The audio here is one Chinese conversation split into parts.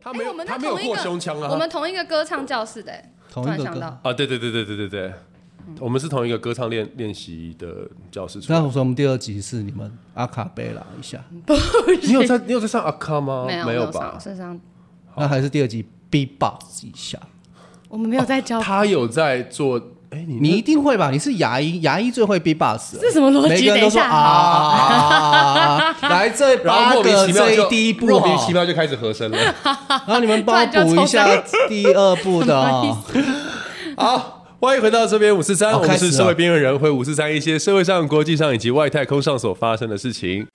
他哎、没有我们他在没有同一过个胸腔啊，我们同一个歌唱教室的、哎同突一然个想歌。到，啊，对对对对对对对，我们是同一个歌唱练练习的教室出来那我说我们第二集是你们阿卡贝拉一下， 你有在你有在上阿卡吗？没有哦没有吧上，？身上那还是第二集 B-box 一下。我们没有在教，他有在做，哎，你你一定会吧？你是牙医，牙医最会 B-box 了。这什么逻每辑？个等人都一说下，啊，来这然后八莫名个其妙这就一第一步莫名哈其，妙就开始和声 了。然后你们帮我突然就补一下抽第二步的哦。好，欢迎回到这边五四三，好我们是开始社会了边缘人，会五四三一些社会上、国际上以及外太空上所发生的事情。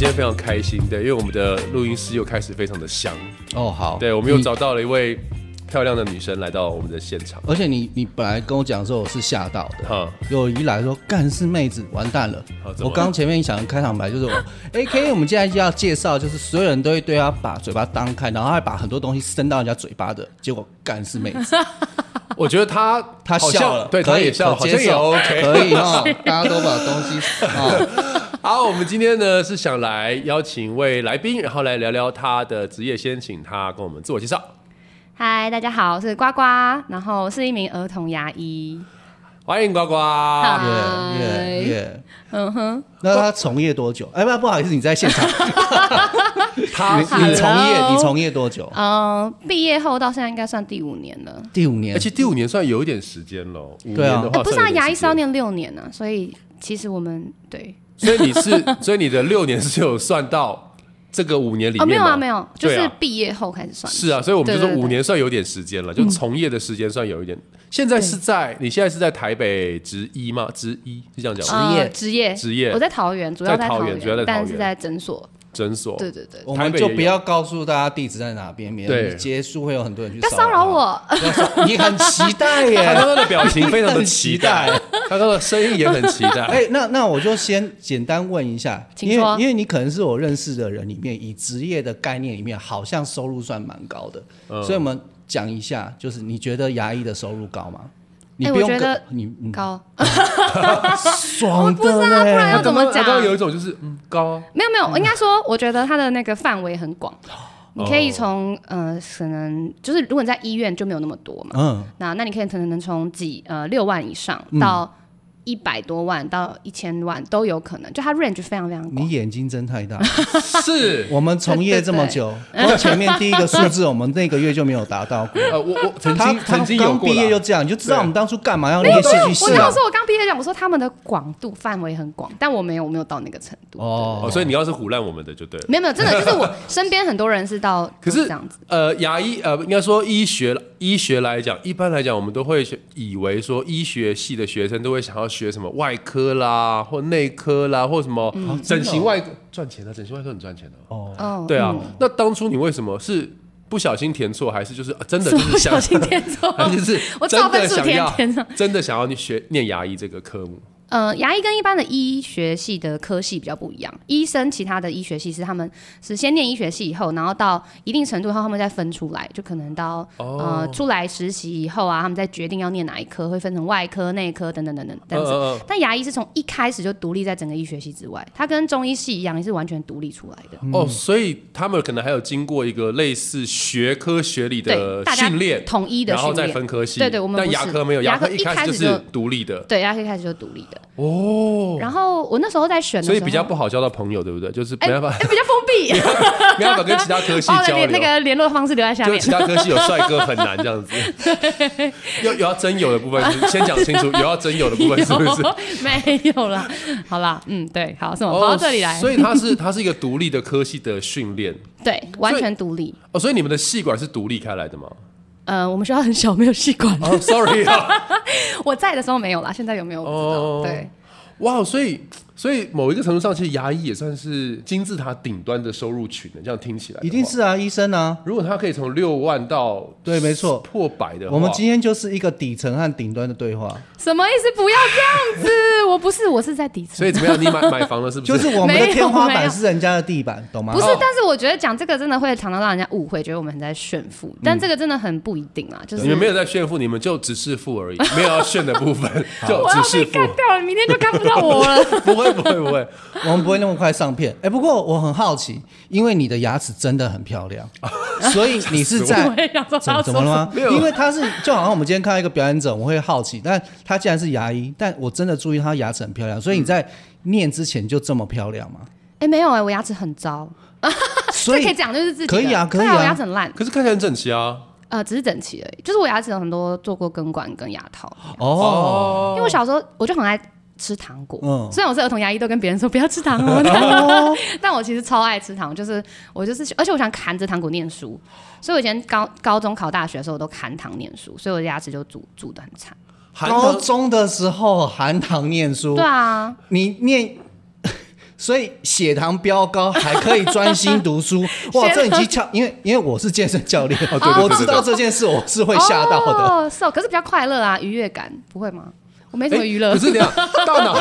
今天非常开心，对，因为我们的录音师又开始非常的香，哦，好，对我们又你找到了一位漂亮的女生来到我们的现场，而且你你本来跟我讲的时候我是吓到的，哈，有一来说干是妹子，完蛋了好。怎么了我刚前面想开场白就是我 A K，我们现在就要介绍，就是所有人都会对他把嘴巴张开，然后还把很多东西伸到人家嘴巴的，结果干 是妹子，我觉得她她好笑像了，对，可她以也笑，可好接像也受 OK， 可以哈，大家都把东西啊， 好，我们今天呢是想来邀请一位来宾，然后来聊聊他的职业，先请他跟我们自我介绍。嗨，大家好，我是呱呱，然后是一名儿童牙医。欢迎呱呱。嗨耶耶耶。嗯哼，那他从业多久？哎，不，不好意思，你在现场。 他你是你从业， Hello 你从业多久？嗯，毕业后到现在应该算第五年了。第五年而。且第五年算有一点时间了，五年对啊的哎、话不是啊，哦算有点时间牙医是要，念六年呢、所以其实我们对所以你是，所以你的六年是有算到这个五年里哦，面没有啊，吗没有，就对是啊毕业后开始算。是啊，所以我们就对说对对嗯五年算有点时间了，就从业的时间算有一点。现在是在你现在是在台北职医吗？职医是这样讲吗，呃职业职业职业我在桃园，主要在桃桃园哦主要在桃但是园在诊所。诊所。对对对，我台们北就也不有要告诉大家地址在哪边，免对得结束会有很多人去不要骚扰我，他。不要骚你很期他 待刚耶，刚哎的表情非常的期待 很期，他刚刚的声音也很期待。 哎，那那我就先简单问一下，请因说为因为你可能是我认识的人里面，以职业的概念里面，好像收入算蛮高的，嗯所以我们讲一下，就是你觉得牙医的收入高吗？你哎不用我觉跟得你 嗯高爽不是啊的嘞不然要怎么他刚刚讲有一种就是嗯高啊，没有没有，应该说，我觉得它的那个范围很广，你可以哦从呃，可能就是如果你在医院就没有那么多嘛，嗯，那那你可以可能从几呃六万以上嗯到一百多万到一千万都有可能，就它 range 非常非常你广。眼睛睁太哦大。是我们从业这么久，光前面第一个数字，我们那个月就没有达到过。呃，我我曾他经他曾经有刚过毕啦业就这样，你就知道我们当初干嘛要没那有，些不是戏剧啊我系那了时。候我刚毕业讲，我说他们的广度范围很广，但我没有，我没有到那个程度。哦，哦，所以你要是唬烂我们的就对了。没有没有，真的就是我身边很多人是到可是这样子，呃，牙医呃，应该说医学医学来讲，一般来讲，我们都会以为说医学系的学生都会想要学什么外科啦，或内科啦，或什么整形外科赚钱啊，整形外科很赚钱的、哦，哦，对啊嗯，，那当初你为什么是不小心填错，还是就是、啊真的就是想，小，心点错 还是是 我照真的分数想填要填上。真的想要你学念牙医这个科目？呃，牙医跟一般的医学系的科系比较不一样，医生其他的医学系是他们是先念医学系以后，然后到一定程度后，他们再分出来，就可能到、哦呃出来实习以后啊，他们再决定要念哪一科，会分成外科、内科等等等等这样子。嗯嗯嗯但牙医是从一开始就独立在整个医学系之外，它跟中医系一样，也是完全独立出来的。哦，所以他们可能还有经过一个类似学科学理的对，大家训练，统一的然后训再练，分科系。对对我们但不牙是科没有，牙牙科科一一开开始始是就独立的对牙科一开始就独立的。哦，然后我那时候在选的时所候，以比较不好交到朋友，对不对？就是没哎办 法，哎比较封闭。 没办法跟其他科 系把我的交联那流。个联络方式留在下就是面。其他科系有帅哥很难这样 子，有有要真有的部分是先讲清楚，有要真有的部分是不是？ 没有啦，好啦，嗯，对，好，是我跑哦，到这里来，所以它是它是一个独立的科系的训练对，完全独立。哦，所以你们的系管是独立开来的 吗？呃，我们学校很小，没有系管。 哦，sorry 啊，我在的时候没有啦，现在有没有不知哦道。对，哇，所以所以某一个程度上，其实牙医也算是金字塔顶端的收入群的，这样听起来的话一定。是啊，医生啊，如果他可以从六万到对没错破百的话，我们今天就是一个底层和顶端的对话，什么意思？不要这样子， 我不是，我是在底层。所以怎么样？你买买房了是不是？ 就是我们的天没花有没板有是人家的地板，懂吗？不是，哦但是我觉得讲这个真的会常常让人家误会，觉得我们很在炫富，但这个真的很不一定啊。就是 你嗯们没有在炫富，你们就 只是富而已，没有要炫的部分，就我要只是被富， 干掉了，明天就看不到我了。不会会不会不会，我们不会那么快上片。哎、不过我很好奇，因为你的牙齿真的很 漂亮，所以你是在我也想说怎他要么怎么了吗？没有因为他是就好像我们今天看到一个表演者，我会好奇，但他既然是牙医，但我真的注意他牙齿很漂嗯亮，所以你在念之前就这么漂亮吗？哎、没有哎、我牙齿 很糟，所这可以以讲就是自己的可以啊可以对啊啊，我牙齿很烂，可是看起来很整齐 啊。呃，只是整齐而已。就是我牙齿有很多做过根管跟牙套，哦因为我小时候我就很爱吃糖果。嗯虽然我是儿童牙医，都跟别人说不要吃糖哦，哦， 但我其实超爱吃糖，就是我就是，而且我喜欢含着糖果念书，所以我以前高高中考大学的时候，我都含糖念书，所以我的牙齿就蛀蛀的很惨。含高糖中的时候含糖念书，对 啊，你念，所以血糖飙高还可以专心 读书，哇！血糖这已经教，因为因为我是健身教练，哦对对对我知道这件事我是会吓到的。哦，是哦，可是比较快乐啊，愉悦感不会吗？我没什么诶娱乐，哎可是你想， 大脑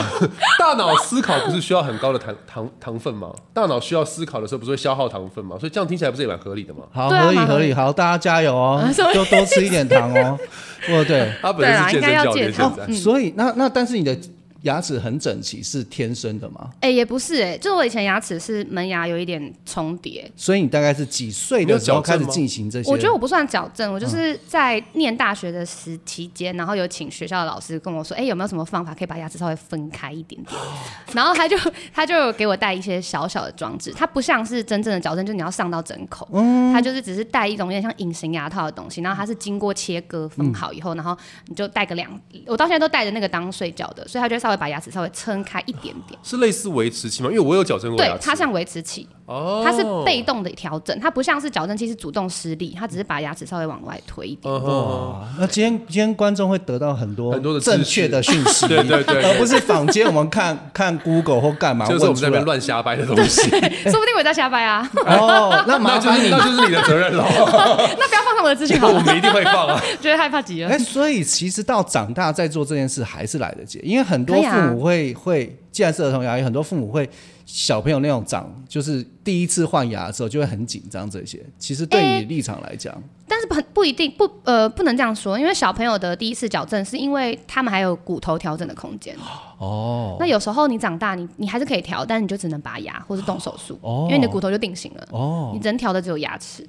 大脑思考不是需要很高的糖糖糖分吗？大脑需要思考的时候，不是会消耗糖分吗？所以这样听起来不是也蛮合理的吗？好，对啊合理蛮合合理，理好，大家加油哦啊什么，意就多吃一点糖 哦。哦，对，他本身是健对身教啊应该练，要现戒糖在哦，所以那那但是你的牙齿很整齐是天生的嘛？哎、也不是哎、就是我以前牙齿是门牙有一点重叠。所以你大概是几岁的时候你有矫正开始吗进行这些？我觉得我不算矫正，我就是在念大学的时期间，然后有请学校的老师跟我说，哎、有没有什么方法可以把牙齿稍微分开一点点？哦然后他就他就有给我带一些小小的装置，它不像是真正的矫正，就是你要上到整口，哦它就是只是带一种有点像隐形牙套的东西，然后它是经过切割嗯缝好以后，然后你就戴个两，我到现在都戴着那个当睡觉的，所以它就会稍微把牙齿稍微撑开一点点。是类似维持器吗？因为我有矫正过对牙，齿，它像维持器，啊哦，它是被动的调整，它不像是矫正器是主动施力，它只是把牙齿稍微往外推一点。嗯哼，哇，哦那今天今天观众会得到很多很多的知识正确的讯息， 对对对对而不是坊间我们看看 Google 或干嘛就问是出我来。们在那边乱瞎掰的东西， 说不定我在瞎掰啊， 哦，那 麻那就烦是你 那就是你的责任了。那不要放上我的资讯好我了，们一定会放啊，觉得害怕极了。 哎，所以其实到长大再做这件事还是来得及，因为很多可以父啊母会会，既然是儿童牙医，很多父母会小朋友那种长，就是第一次换牙的时候就会很紧张。这些其实对你哎立场来讲，但是不不一定不呃不能这样说，因为小朋友的第一次矫正是因为他们还有骨头调整的空间。哦那有时候你长大，你你还是可以调，但你就只能拔牙或是动手术，哦因为你的骨头就定型了，哦你，只能调的只有牙齿。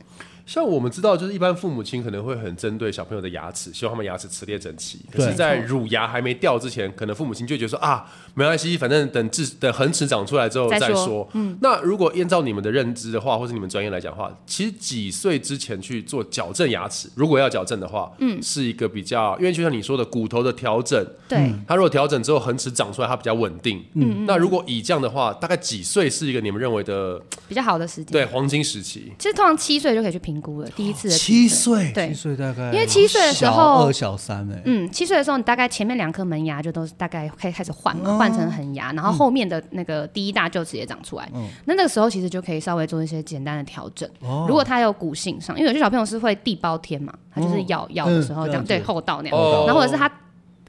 像我们知道，就是一般父母亲可能会很针对小朋友的牙齿，希望他们牙齿齿列整齐。可对是，在乳牙还没掉之前，可能父母亲就觉得说啊，没关系，反正等智等恒齿长出来之后再再说嗯，那如果按照你们的认知的话，或是你们专业来讲的话，其实几岁之前去做矫正牙齿，如果要矫正的话，嗯，是一个比较，因为就像你说的，骨头的调整，对，它如果调整之后恒齿长出来，它比较稳定。嗯，那如果以这样的话，大概几岁是一个你们认为的比较好的时间。对黄金时期？其实通常七岁就可以去评估了，第一次的七岁对七岁大概，因为七岁的时候小二小三哎，嗯，七岁的时候，你大概前面两颗门牙就都是大概可以开始换嘛，哦换成恒嗯牙，然后后面的那个第一大臼齿也长出来。那那个时候其实就可以稍微做一些简单的调整。哦如果它有骨性上，因为有些小朋友是会地包天嘛，他就是咬、咬的时候这样，嗯对了解后道那样，哦然后或者是他。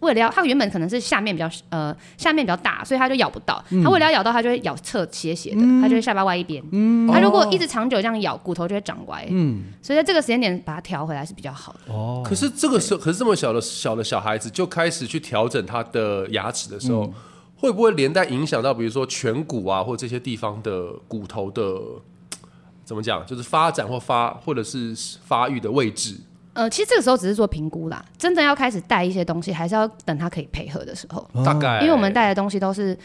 为了要，他原本可能是下面比较呃下面比较大，所以他就咬不到。嗯他为了要咬到，他就会咬侧斜斜的，他就会下巴歪一边。嗯他如果哦一直长久这样咬，骨头就会长歪。所以在这个时间点把它调回来是比较好的。哦，可是这个时候，可是这么小的小的小孩子就开始去调整他的牙齿的时嗯候，会不会连带影响到，比如说颧骨啊，或这些地方的骨头的怎么讲，就是发展或发或者是发育的位置？呃，其实这个时候只是做评估啦，真正要开始带一些东西，还是要等它可以配合的时候，大概因为我们带的东西都是。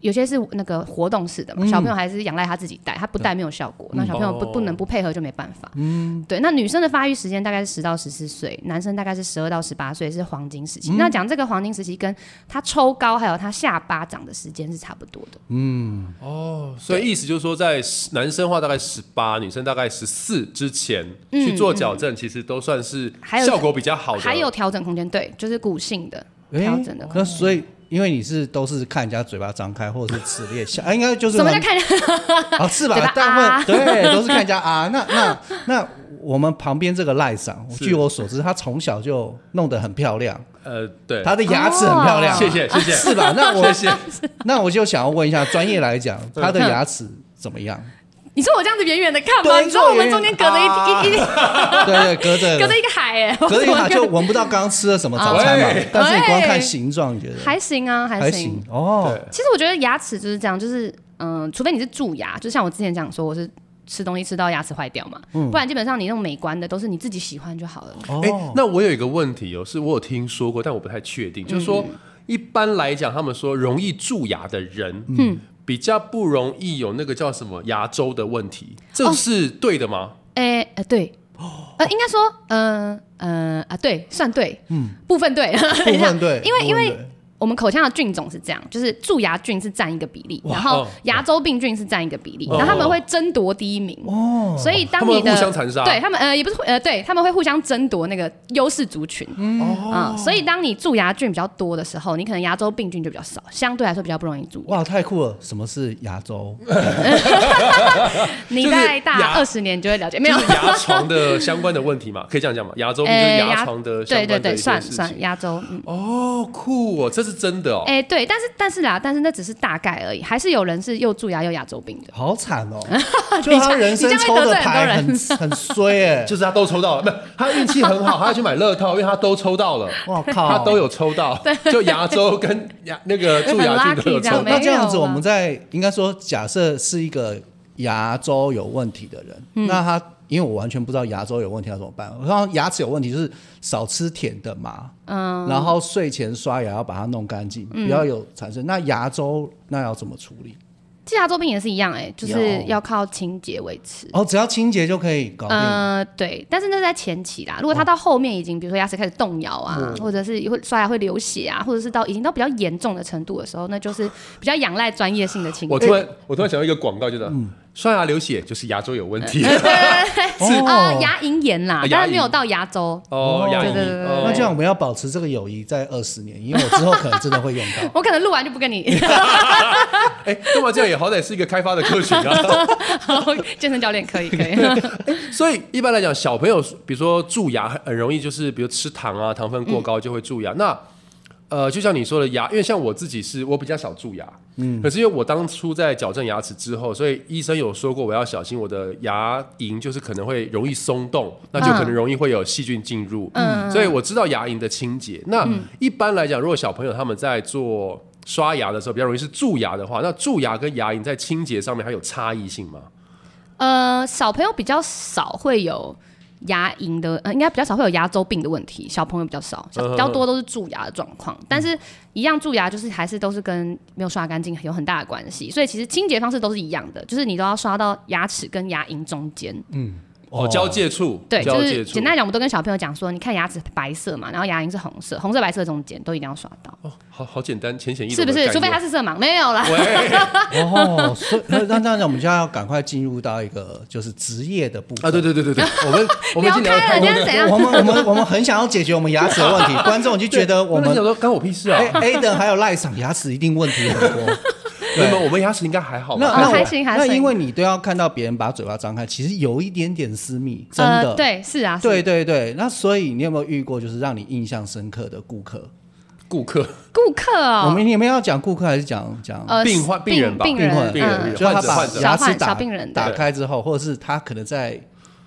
有些是那个活动式的嘛，小朋友还是仰赖他自己带，他不带没有效果。那小朋友不、哦不能不配合就没办法。嗯，对。那女生的发育时间大概是十到十四岁，男生大概是十二到十八岁是黄金时期。那讲这个黄金时期跟他抽高还有他下巴长的时间是差不多的。所以意思就是说，在10男生的话大概十八，女生大概十四之前、去做矫正，其实都算是嗯还有效果比较好的。还有调整空间，对，就是骨性的哎调整的空间。那所以。因为你是都是看人家嘴巴张开，或者是齿列下，啊应该就是什么很叫看？啊，是吧嘴巴？大啊部分对都是看人家啊。那那那我们旁边这个赖长，是据我所知，他从小就弄得很漂亮，呃，对，他的牙齿很漂亮，啊哦谢谢谢谢是吧？那我 谢谢。那我就想要问一下，专业来讲，他的牙齿怎么样？ 你说我这样子远远的看吗？对你知道我们中间隔着一啊一一一对对，隔着 隔着一个海哎， 隔着一我怎么塔看就闻不到刚刚吃了什么早餐嘛喂。但是你光看喂形状，你觉得还行啊，还还行行。哦对。其实我觉得牙齿就是这样，就是嗯、除非你是蛀牙，就像我之前讲说我是吃东西吃到牙齿坏掉嘛，嗯不然基本上你那种美观的都是你自己喜欢就好了。哦哎、那我有一个问题哦，是我有听说过，但我不太确嗯定，就是说，一般来讲，他们说容易蛀牙的人，嗯，比较不容易有那个叫什么牙周的问题，哦这是对的吗？哎、呃，对，呃，应该说，嗯呃啊，对，算对，嗯，部分对， 等一部下分对，因为因部为分我们口腔的菌种是这样，就是蛀牙菌是占一个比例，然后哦牙周病菌是占一个比例，哦然后他们会争夺第一名，哦，所以当他们你的互相残杀对他们呃也不是互呃对他们会互相争夺那个优势族群，嗯、哦所以当你蛀牙菌比较多的时候，你可能牙周病菌就比较少，相对来说比较不容易蛀对牙。哇，太酷了！什么是牙周？你就是在大牙二十年就会了解，没有就是牙床的相关的问 题嘛，可以这样讲嘛？牙周病就是哎牙牙床的相对对关的对，一些算事算情。牙周，嗯。哦，酷哦，这是真的哦。哎、对，但是但是啦，但是那只是大概而已，还是有人是又蛀牙又牙周病的。好惨哦！就他人 生你这抽样会的得罪很多牌很人很衰哎，就是他都抽到了，不是他运气很好，他要去买乐 透，因为他都抽到了， 哇哦靠，他都有抽到，就牙周跟牙那个蛀牙菌都有抽很 lucky 这样到没。那这样子，有啊我们在应该说，假设是一个牙周有问题的人，那他因为我完全不知道牙周有问题要怎么办。然后牙齿有问题就是少吃甜的嘛，嗯，然后睡前刷牙要把它弄干净，不要有产生。那牙周那要怎么处理？其实牙周病也是一样、哎，就是有要靠清洁维持。哦，只要清洁就可以搞定。呃，对，但是那是在前期啦。如果它到后面已经，比如说牙齿开始动摇啊，嗯或者是会刷牙会流血啊，或者是到已经到比较严重的程度的时候，那就是比较仰赖专业性的清洁。我突然我突然想到一个广告，就是刷牙流血就是牙周有问哎题 哦啊、牙龈炎啦啊，但牙是没有龈到牙周。哦，牙龈对对对对。哦那这样我们要保持这个友谊在二十年，因为我之后可能真的会用到我可能录完就不跟你 哎，干嘛这样也好歹是一个开发的科学啊。健身教练可以可以，所以一般来讲，小朋友比如说蛀牙很容易，就是比如吃糖啊，糖分过高就会蛀牙。那呃，就像你说的牙，因为像我自己是我比较少蛀牙，嗯，可是因为我当初在矫正牙齿之后，所以医生有说过我要小心我的牙龈，就是可能会容易松动，那就可能容易会有细菌进入，嗯，所以我知道牙龈的清洁。那一般来讲，如果小朋友他们在做刷牙的时候比较容易是蛀牙的话，那蛀牙跟牙龈在清洁上面还有差异性吗？呃，小朋友比较少会有牙龈的，呃，应该比较少会有牙周病的问题，小朋友比较少，嗯小比较多都是蛀牙的状况。但是一样蛀牙就是还是都是跟没有刷干净有很大的关系，所以其实清洁方式都是一样的，就是你都要刷到牙齿跟牙龈中间。哦，交界处，对，交就界是处简单来讲，我们都跟小朋友讲说，你看牙齿白色嘛，然后牙龈是红色，红色白色中间都一定要刷到，哦，好好简单，浅显易懂是的不概念，是？除非他是色盲，没有啦。喂哦，所以那那那那我们就要赶快进入到一个就是职业的部分 啊，对对对对对，我们我们已经聊得开太了，人多家是怎样 我？们我们我们很想要解决我们牙齿的 问题，观众就觉得我那你们 想说干我屁事啊 A？A 的还有赖嗓牙齿一定问题很 多。那么对我们牙齿应该还好那吧？那我还行还那行因为你都要看到别人把嘴巴张开，其实有一点点私密，真的。呃，对，是啊，是对对对那所以你有没有遇过就是让你印象深刻的顾客？顾客顾客哦，我们你们要讲顾客还是讲讲呃病患病人吧病病患人病人病嗯人就是他把患者患者小牙齿患打小病人打对。对开之后，或者是他可能在，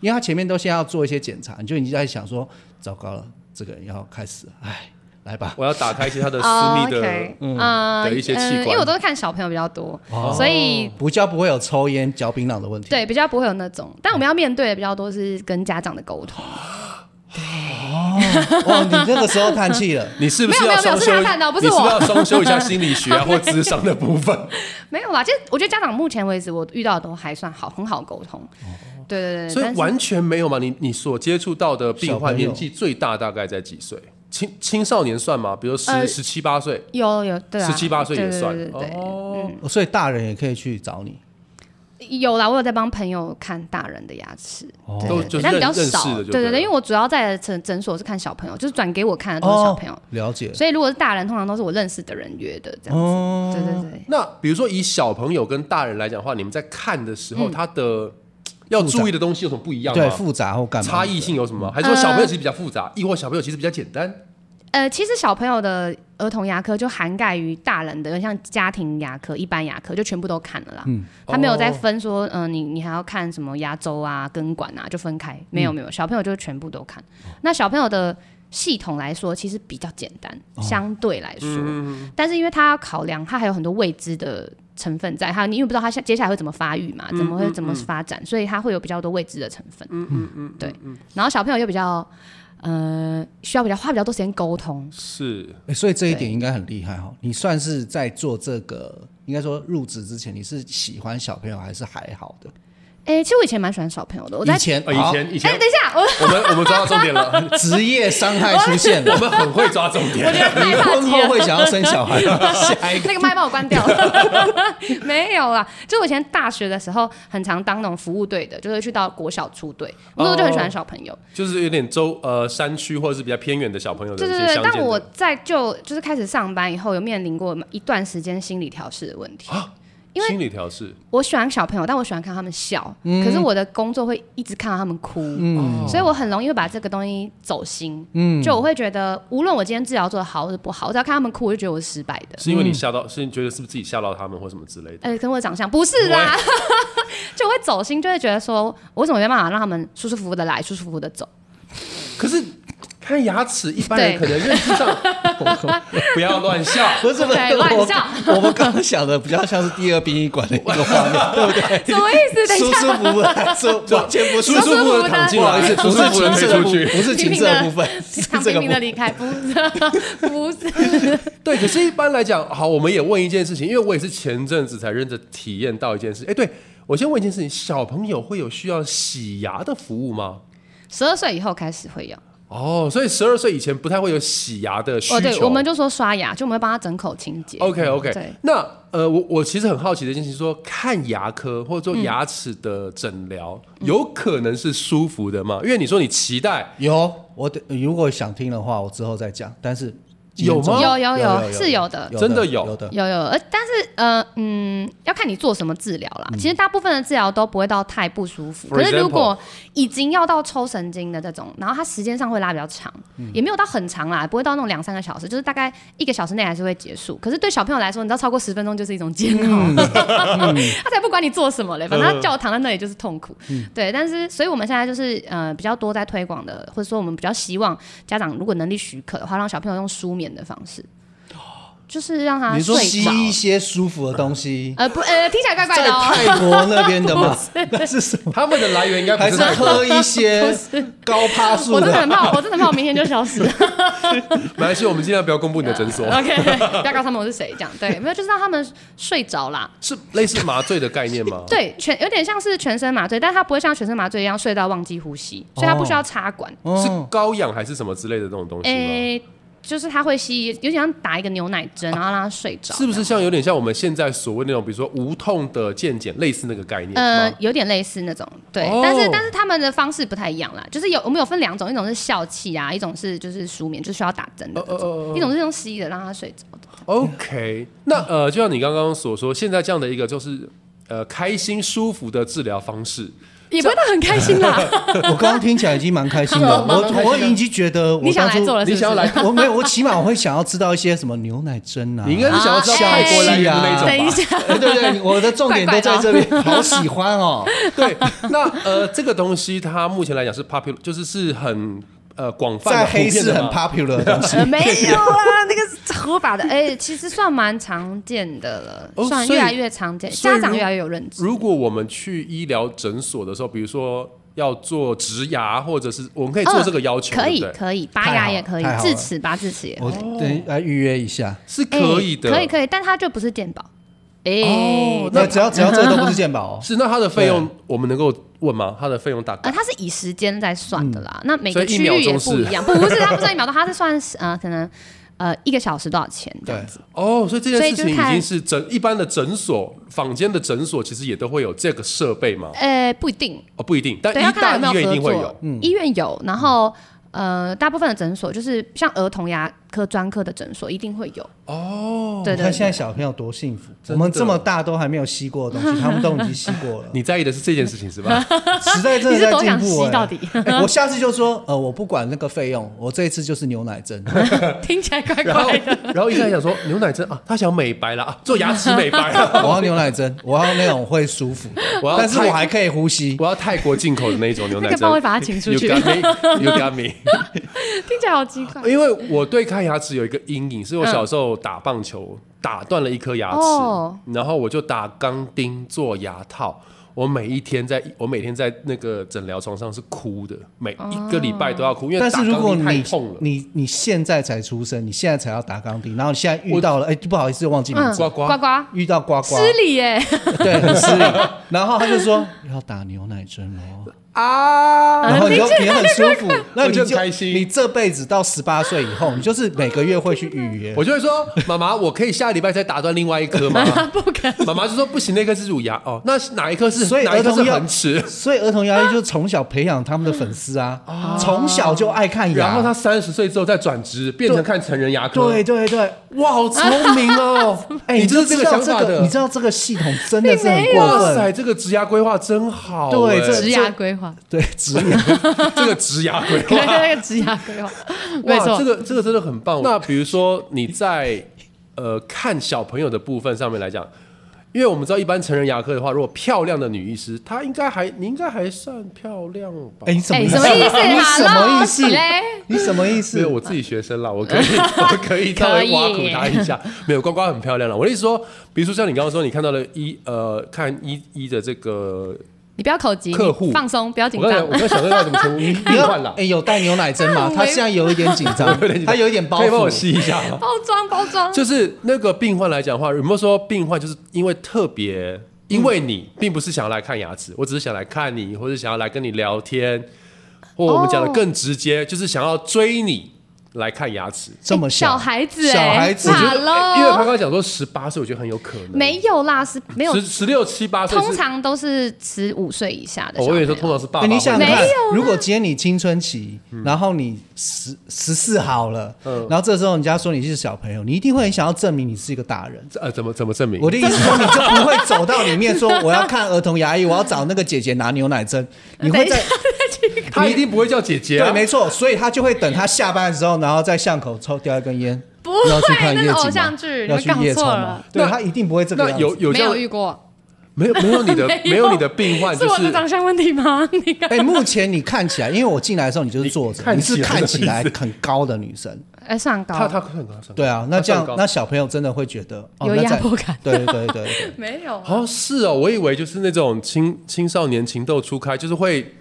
因为他前面都先要做一些检查，你就已经在想说，糟糕了，这个人要开始了，哎，来吧，我要打开一些他的私哦密的 OK，呃的一些器官嗯因为我都是看小朋友比较多，哦所以不叫不会有抽烟、嚼槟榔的问题。对比较不会有那种。但我们要面对的比较多是跟家长的沟哦通，哇，哦你那个时候叹气了，你是不没有要没有没双有修？是他看到不你是是我不是要双修一 下心理学啊或智商的部分？没有啦。其实我觉得家长目前为止我遇到的都还算好，很好沟通。对对对，哦所但以是完全没有嘛？你你所接触到的病小朋患友年纪最大大概在几岁？青青少年算吗？比如十呃十七八岁，有有对啊，十七八岁也算对对嗯对对对哦。所以大人也可以去找你。有啦，我有在帮朋友看大人的牙齿，对都对对就是但比较认认识少的，就对对了对，因为我主要在诊诊所是看小朋友，就是转给我看的都哦是小朋友，哦了解。所以如果是大人，通常都是我认识的人约的这样子。哦对对对，那比如说以小朋友跟大人来讲的话，你们在看的时候，嗯他的要注意的东西有什么不一样啊对，吗？复杂或干嗯嘛？差异性有什么吗？还是说小朋友其实比较复杂，亦或小朋友其实比较简单？呃，其实小朋友的儿童牙科就涵盖于大人的，有点像家庭牙科、一般牙科，就全部都看了啦。他没有再分说，嗯、你你还要看什么牙周啊、根管啊，就分开。没有没有，小朋友就全部都看。那小朋友的系统来说，其实比较简单，相对来说，但是因为他要考量，他还有很多未知的成分在，还有你因为不知道他下接下来会怎么发育嘛，怎么会怎么发展，所以他会有比较多未知的成分。嗯嗯嗯，对。然后小朋友又比较。呃，需要比较花比较多时间沟通，是欸所以这一点应该很厉害哈、你算是在做这个，应该说入职之前，你是喜欢小朋友还是还好的？哎、其实我以前蛮喜欢小朋友的，我在以前，呃，以前以哎、前等一下，我我们我们抓到重点 了，好职业伤害出现我了，们很会抓重点 我。觉得你害怕婚极后了。会想要生小孩吗？下一个 那个麦帮我关掉了， 没有啦。就我以前大学的时候，很常当那种服务队的，就会去到国小出队，我那时候就很喜欢小朋友。就是有点周呃山区或者是比较偏远的小朋友的对一对些对，相但见我的在就就是开始上班以后，有面临过一段时间心理调试的问题。因为心理调试，我喜欢小朋友，但我喜欢看他们笑，可是我的工作会一直看到他们哭，所以我很容易会把这个东西走心。就我会觉得，无论我今天治疗做的好或者不好，我只要看他们哭，我就觉得我是失败的。是因为你吓嗯到，是你觉得是不是自己吓到他们或什么之类的？呃，可能我的长相不是啦， 就会走心，就会觉得说，我怎么没办法让他们舒舒服服的来，舒舒服服的走？嗯可是看牙齿，一般人对可能认知 上不要乱笑。不是不是，对乱笑我我们刚刚想的比较像是第二殡仪馆的一个 画面，对不对？什么意 思？等一舒下，舒服服的，舒完全不舒舒舒服服的躺进不好意来，思，不舒舒是服服的情色飞的出部去。不是情色的部分， 是躺这平平个部的分。离开，不是， 不是，对，可是一般来讲，好，我们也问一件事情，因为我也是前阵子才认真体验到一件事。哎，对我先问一件事情，小朋友会有需要洗牙的服务吗？十二岁以后开始会有。哦，所以十二岁以前不太会有洗牙的需求。哦，对，我们就说刷牙，就我们会帮他整口清洁。 OK OK，对哦那呃，我我其实很好奇的一件事情，说看牙科或者说牙齿的诊疗，嗯有可能是舒服的吗？因为你说你期待有，我得如果想听的话，我之后再讲。但是今天有吗中午有有有是有的真的有有 的。有有，呃，但是呃嗯，要看你做什么治疗嗯啦。其实大部分的治疗都不会到太不舒服， For 可是如果已经要到抽神经的这种，然后它时间上会拉比较长，嗯也没有到很长啦，不会到那种两三个小时，就是大概一个小时内还是会结束。可是对小朋友来说，你知道超过十分钟就是一种煎熬，嗯 他才不管你做什么嘞，反正他叫我躺在那里就是痛苦。嗯对，但是所以我们现在就是呃比较多在推广的，或者说我们比较希望家长如果能力许可的话，让小朋友用舒眠的方式。就是让他你说睡吸着。一些舒服的东西，呃不呃，听起来怪怪在的哦。泰国那边的 吗？那是什么？他们的来源应该还不是是太喝一 些高趴我树真的很的？怕，我真的很怕我明天就消 失了。马来西亚，我们尽量不要公布你的诊 所，呃 OK，不要告诉他们我是谁，这样对，没有就是让他们睡着啦。是类似麻醉的概念 吗？对，全有点像是全身麻醉，但它不会像全身麻醉一样睡到忘记呼吸，所以它不需要插管。是哦，高氧还是什么之类的这种东西吗？诶、就是啊它会吸，有点像打一个牛奶针，然后让它睡着。是不是像有点像我们现在所谓那种，比如说无痛的健检，类似那个概念呃嗯吗？，有点类似那种，对，哦但是但是他们的方式不太一样啦，就是有我们有分两种，一种是笑气啊，一种是就是舒眠，就需要打针的这种，一种是用吸的让他睡着的。 OK，那呃，就像你刚刚所说，现在这样的一个就是呃开心舒服的治疗方式，也不会到很开心啦，我刚刚听起来已经蛮开心 的，蛮蛮开心我的我已经觉得我你想当初来做啊了是不是？你想要来 我没有，我起码我会想要知道一些什么牛奶针啊，你应该是想要知道啊泰国来源的那种吧？等一下，哎对不对？我的重点都在 这里，好喜欢哦。啊对，那呃，这个东西它目前来讲是 popular，就是是很呃广泛在的黑市很普遍的嘛 popular 的东 西，呃 没 有啊，那个是合法的，哎、其实算蛮常见的了，哦算所以越来越常见，所以家如长越来越有认知。如果我们去医疗诊所的时候，比如说要做植牙，或者是我们可以做这个要求，哦可对以不对？可以，拔太牙好也了可以太，好智了齿拔智齿也可以我等来预约一下。哦是可以的，哎可以可以，但它就不是健保。哎、哦 那只要只要这个都不是鉴宝哦， 是那它的费用我们能够问吗？它的费用大概呃，它是以时间在算的啦，那每嗯所个以一区秒域也钟不是一样，不是它不算一秒钟，它是算呃可能呃一个小时多少钱这样对子。哦，所以这件所以事就情已看经是诊一般的诊所、坊间的诊所，其实也都会有这个设备嘛？呃，不一定，哦，不一定，但对，要一大看医有没院一有定嗯合会作有。。医院有，然后呃，大部分的诊所就是像儿童牙科专科的诊所一定会有。哦，对你对看现在对，小朋友多幸福，真的我们这么大都还没有吸过的东西，他们都已经吸 。过了你在意的是这件事情是 吧？时代真你是的在多进想步、吸欸。到 底？欸我下次就说，呃，我不管那个费用，我这一次就是牛奶针。听起来怪然后怪的。，然后一开始想说牛奶针啊，他想美白了啊，做牙齿美白我 啊，要牛奶针，我要那种会舒服的，我要但是泰我还可以呼吸。我要泰国进口的那一种牛奶那针。个帮我把它请出去 You got me, you got me. 听起来好奇怪。因为我对看牙齿有一个阴影，是我嗯小时候打棒球、打断了一颗牙齿，哦然后我就打钢钉做牙套。我每一天在，我每天在那个诊疗床上是哭的，每一个礼拜都要哭，因为但打是如钢果钉太你痛了。你你现在才出生，你现在才要打钢钉，然后你现在遇到了，哎、不好意思，忘记名嗯，字，呱呱呱呱，遇到呱呱，失礼 耶！对，很失礼。然后他就说要打牛奶针哦，啊然后你就你很舒服，那你我就很开心你这辈子到十八岁以后，你就是每个月会去预约。 我就会说，妈妈，我可以下礼拜再打断另外一颗吗？ 不可妈妈就说不行，那颗是乳牙哦，那哪一颗是？所以哪一儿颗童是要恒齿？所以儿童牙医就是从小培养他们的粉丝啊，从小就爱看牙。然后他三十岁之后再转职，变成看成人牙科。对，对对，哇，好聪明 哦！哎，你就就这是个知道想这法个，的你。知道这个系统真的是很过哇分塞，。这个职涯规划真好哎。对这职这涯规划，对，职 业这个职涯规对 划，那个职涯规划，没哇，这错。个这个真的很棒。那比如说你在呃看小朋友的部分上面来讲，因为我们知道一般成人牙科的话，如果漂亮的女医师，她应该还你应该还算漂亮吧？哎，你什么哎，意思？什么意思？你什么意哈喽思？嘞？你什么意没有思？我自己学生啦，我可以我可以稍微挖苦他一下。 没有，呱呱很漂亮了。我的意思说，比如说像你刚刚说，你看到了医呃看医医的这个，你不要口急，客户你放松，不要紧我刚才张我。在想说要怎么称呼 你病要患啦哎，，有带牛奶针吗？我他现在有一点紧张 有点紧，张他 有一点包可以帮我袱。吸一下吗？包装，包 装。就是那个病患来讲的话，有没有说病患就是因为特别，因为你并不是想要来看牙齿，我只是想来看你，或者想要来跟你聊天，或我们讲的更直接，就是想要追你来看牙齿。这么小小孩子哎，小孩子，哇我欸觉得因为刚 Hello，刚讲说十八岁，我觉得很有可能哦没有啦，是没有十，十六七八岁是，通常都是十五岁以下的哦小我朋友。跟你说，通常是爸爸哎，会。你想想没看有啊啦，如果今天你青春期，然后你十十四好了，嗯然后这时候人家说你是小朋友，你一定会很想要证明你是一个大人。呃怎么怎么证明？我的意思说，你就不会走到里面说我要看儿童牙医，我要找那个姐姐拿牛 奶针，你会在他一定不会叫姐姐、对，啊，没错，所以他就会等他下班的时候，然后在巷口抽掉一根烟，不要去会，看那夜是景吗偶像剧，你要们去搞夜冲错嘛了。，对那他一定不会这个那样子有。有没这样有遇过，没有没有你的 没有没有你的病患是就我是的长相问题 吗？你看， 哎，目前你看起来，因为我进来的时候你就是坐你着，看你起来是看起来什么意思很高的女生，哎，上高他他可能跟他上对啊，那他这上样高那小朋友真的会觉得哦有那压在迫感对对对对对没有啊，哦，是哦，我以为就是那种青青少年情窦初开，就是会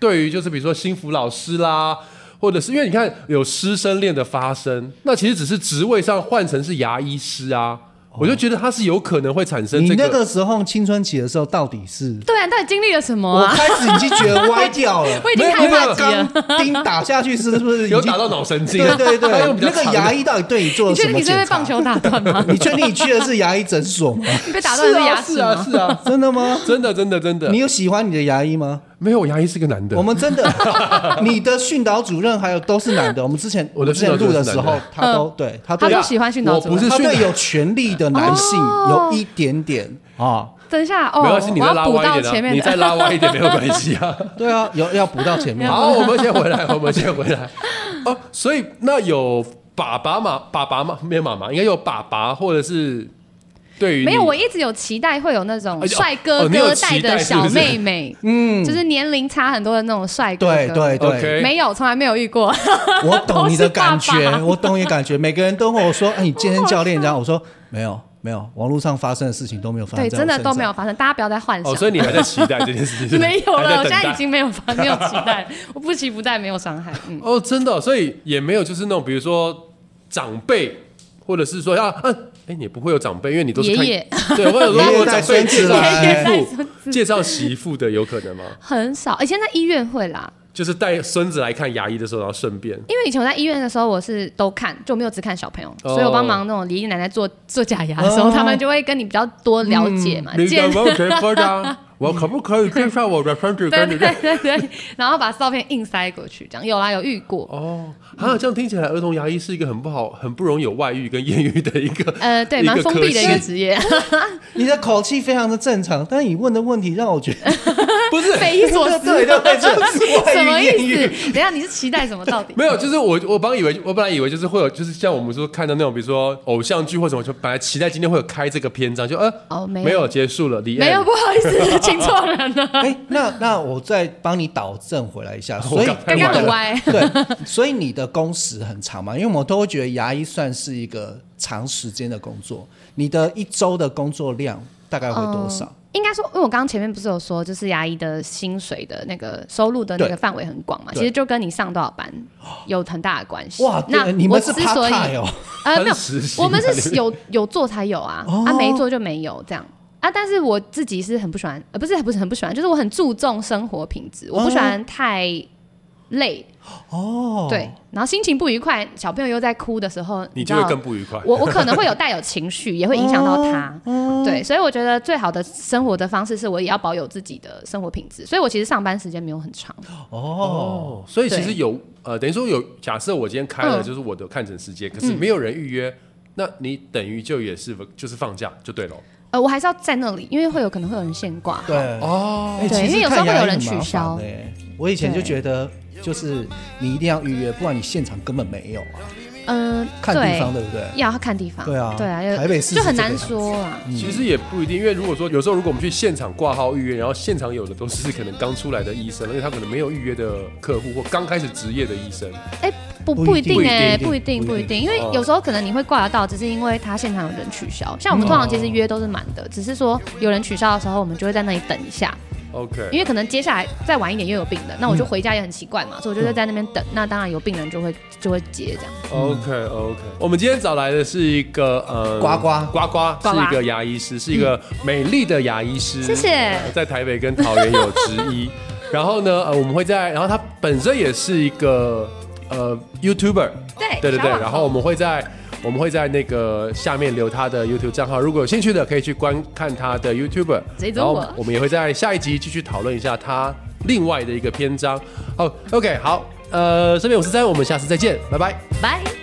对于就是比如说心服老师啦，或者是因为你看有师生恋的发生，那其实只是职位上换成是牙医师啊，我就觉得他是有可能会产生你 这那个。个时候青春期的时候到 底是？对啊，到底经历了什么 我啊？，开始已经觉得歪掉了 我已经没有害怕极那了个钢钉打下去是不是已经有打到脑神经啊，对对对他用，比较那个长的牙医到底对你你做了确什定么你是检被查棒？球打断吗？你确定你去的是牙医诊所吗？ 你被打断的是牙齿是啊吗？是啊，真的 吗是啊？真的真的真的你，有喜欢你的牙医吗？没有我牙医是个男的我，们真的，你的训导主任还有都是 男的。我们之前我的之前训导录主任是的时男的候，他嗯都对他他对都喜欢训导主我不任是。他对训导有权力的男性哦有一点点啊，等一下哦，没我关系，你再拉要补歪到一前点啊，面你的再拉歪一点没有关系啊。对啊，有要补到前 面。好，我们先回来，我们先回来。哦，所以那有爸爸嘛，爸爸嘛，没有妈妈，应该有爸爸或者是对于你没有，我一直有期待会有那种哎呦帅哥哦你有哥带期待的是不小是 妹妹，嗯，就是年龄差很多的那种帅哥对哥。对 OK 对，没有，从来没有遇 过。我懂你的 感都是觉爸爸，我懂你的感觉。每个人都跟我说：“哎，你健身教练这样。”我说：“没有，没有，网络上发生的事情都没有发生对，在我身真上。”的都没有发生，大家不要再幻想。哦，所以你还在期待这件事情， 没有还在了，我等现待在已经没有发没有期待，我不期不待，没有 伤害。嗯，哦，真的哦、所以也没有就是那种比如说长辈，或者是说啊，啊哎，你不会有长辈，因为你都是看爷爷，对，我有说爷我爷带长辈孙子介绍来媳妇，介绍媳妇的有可能吗？很少。以前在医院会啦，就是带孙子来看牙医的时候，然后顺便因为以前我在医院的时候，我是都看，就没有只看小朋友，哦啊所以我帮忙那种爷爷奶奶做做假牙的时候，哦他们就会跟你比较多了解嘛。你见怎么可以喝的啊？我可不可以介绍我的身体对跟你对认？对对，然后把照片硬塞过去，这样有啦，有遇过。哦，啊，这样听起来儿童牙医是一个很不好、很不容易有外遇跟艳遇的一个呃，对，一个蛮封闭的一科个系职 业，你的口气非常的正常，但你问的问题让我觉 得不是匪夷所对思，对对， 这什是么外遇意艳遇。思？等一下你是期待什么？到底没有，就是我我本来以为我本来以为就是会有，就是像我们说看到那种，比如说偶像剧或什么，就本来期待今天会有开这个篇章，就呃哦没有没有结束了，李没有，不好意 思，请错人了。哎，那那我再帮你导正回来 一下，所以刚才刚刚很歪 对，所以你的工时很长嘛，因为我们都会觉得牙医算是一个长时间的工作，你的一周的工作量大概会多少？应该说，因为我刚刚前面不是有说，就是牙医的薪水的那个收入的那个对范围很广嘛，对其实就跟你上多少班有很大的关系。哇，那对你我们是之 part 所以 time 哦，呃没有很，实心啊我们 是你有有做才有啊，哦啊没做就没有这样啊。但是我自己是很不喜欢，呃不是不是很不喜欢，就是我很注重生活品质，我不喜哦欢太累，哦，对，然后心情不愉快，小朋友又在哭的时候，你知就会道更不愉快。哦我我可能会有带有情绪，也会影响到他。对，所以我觉得最好的生活的方式是我也要保有自己的生活品质。所以我其实上班时间没有很长，哦，哦，所以其实对有呃，等于说有假设我今天开了嗯就是我的看诊时间，可是没有人预约，那你等于就也是就是放假就对了。呃，我还是要在那里，因为会有可能会有人现挂。对，哦，哎对其实因为有时候看牙会有医人很麻取消烦欸我以前就觉得，就是你一定要预约，不然你现场根本没有啊。嗯、看地对，方对不对？要看地方。对啊对啊，有台北市就是很这个难样子说啊。其实也不一定，因为如果说有时候如果我们去现场挂号预约，然后现场有的都是可能刚出来的医生，而且他可能没有预约的客户或刚开始职业的医生。哎、不不不一一定啊定哎、不不一一定定不一不定，因为哦有时候可能你会挂得到，只是因为他现场有人取消。像我们通常其实约都是满的，只是说嗯有人取消的时候，我们就会在那里等一下。 OK，因为可能接下来再晚一点又有病人，那我就回家也很奇怪嘛，所以我就会在那边等。那当然有病人就会就会接这样。 OK OK，我们今天找来的是一个呃呱呱呱呱，呱呱是一个牙医师，是一个美丽的牙医师，谢谢呃在台北跟桃园有执医。然后呢，呃，我们会在，然后他本身也是一个呃 YouTuber，对对对对，小网红然后我们会在。我们会在那个下面留他的 YouTube 账号，如果有兴趣的可以去观看他的 YouTuber。追然踪后我我们也会在下一集继续讨论一下他另外的一个篇章。哦、o k 好，呃，这边我是三，我们下次再见，拜拜。拜。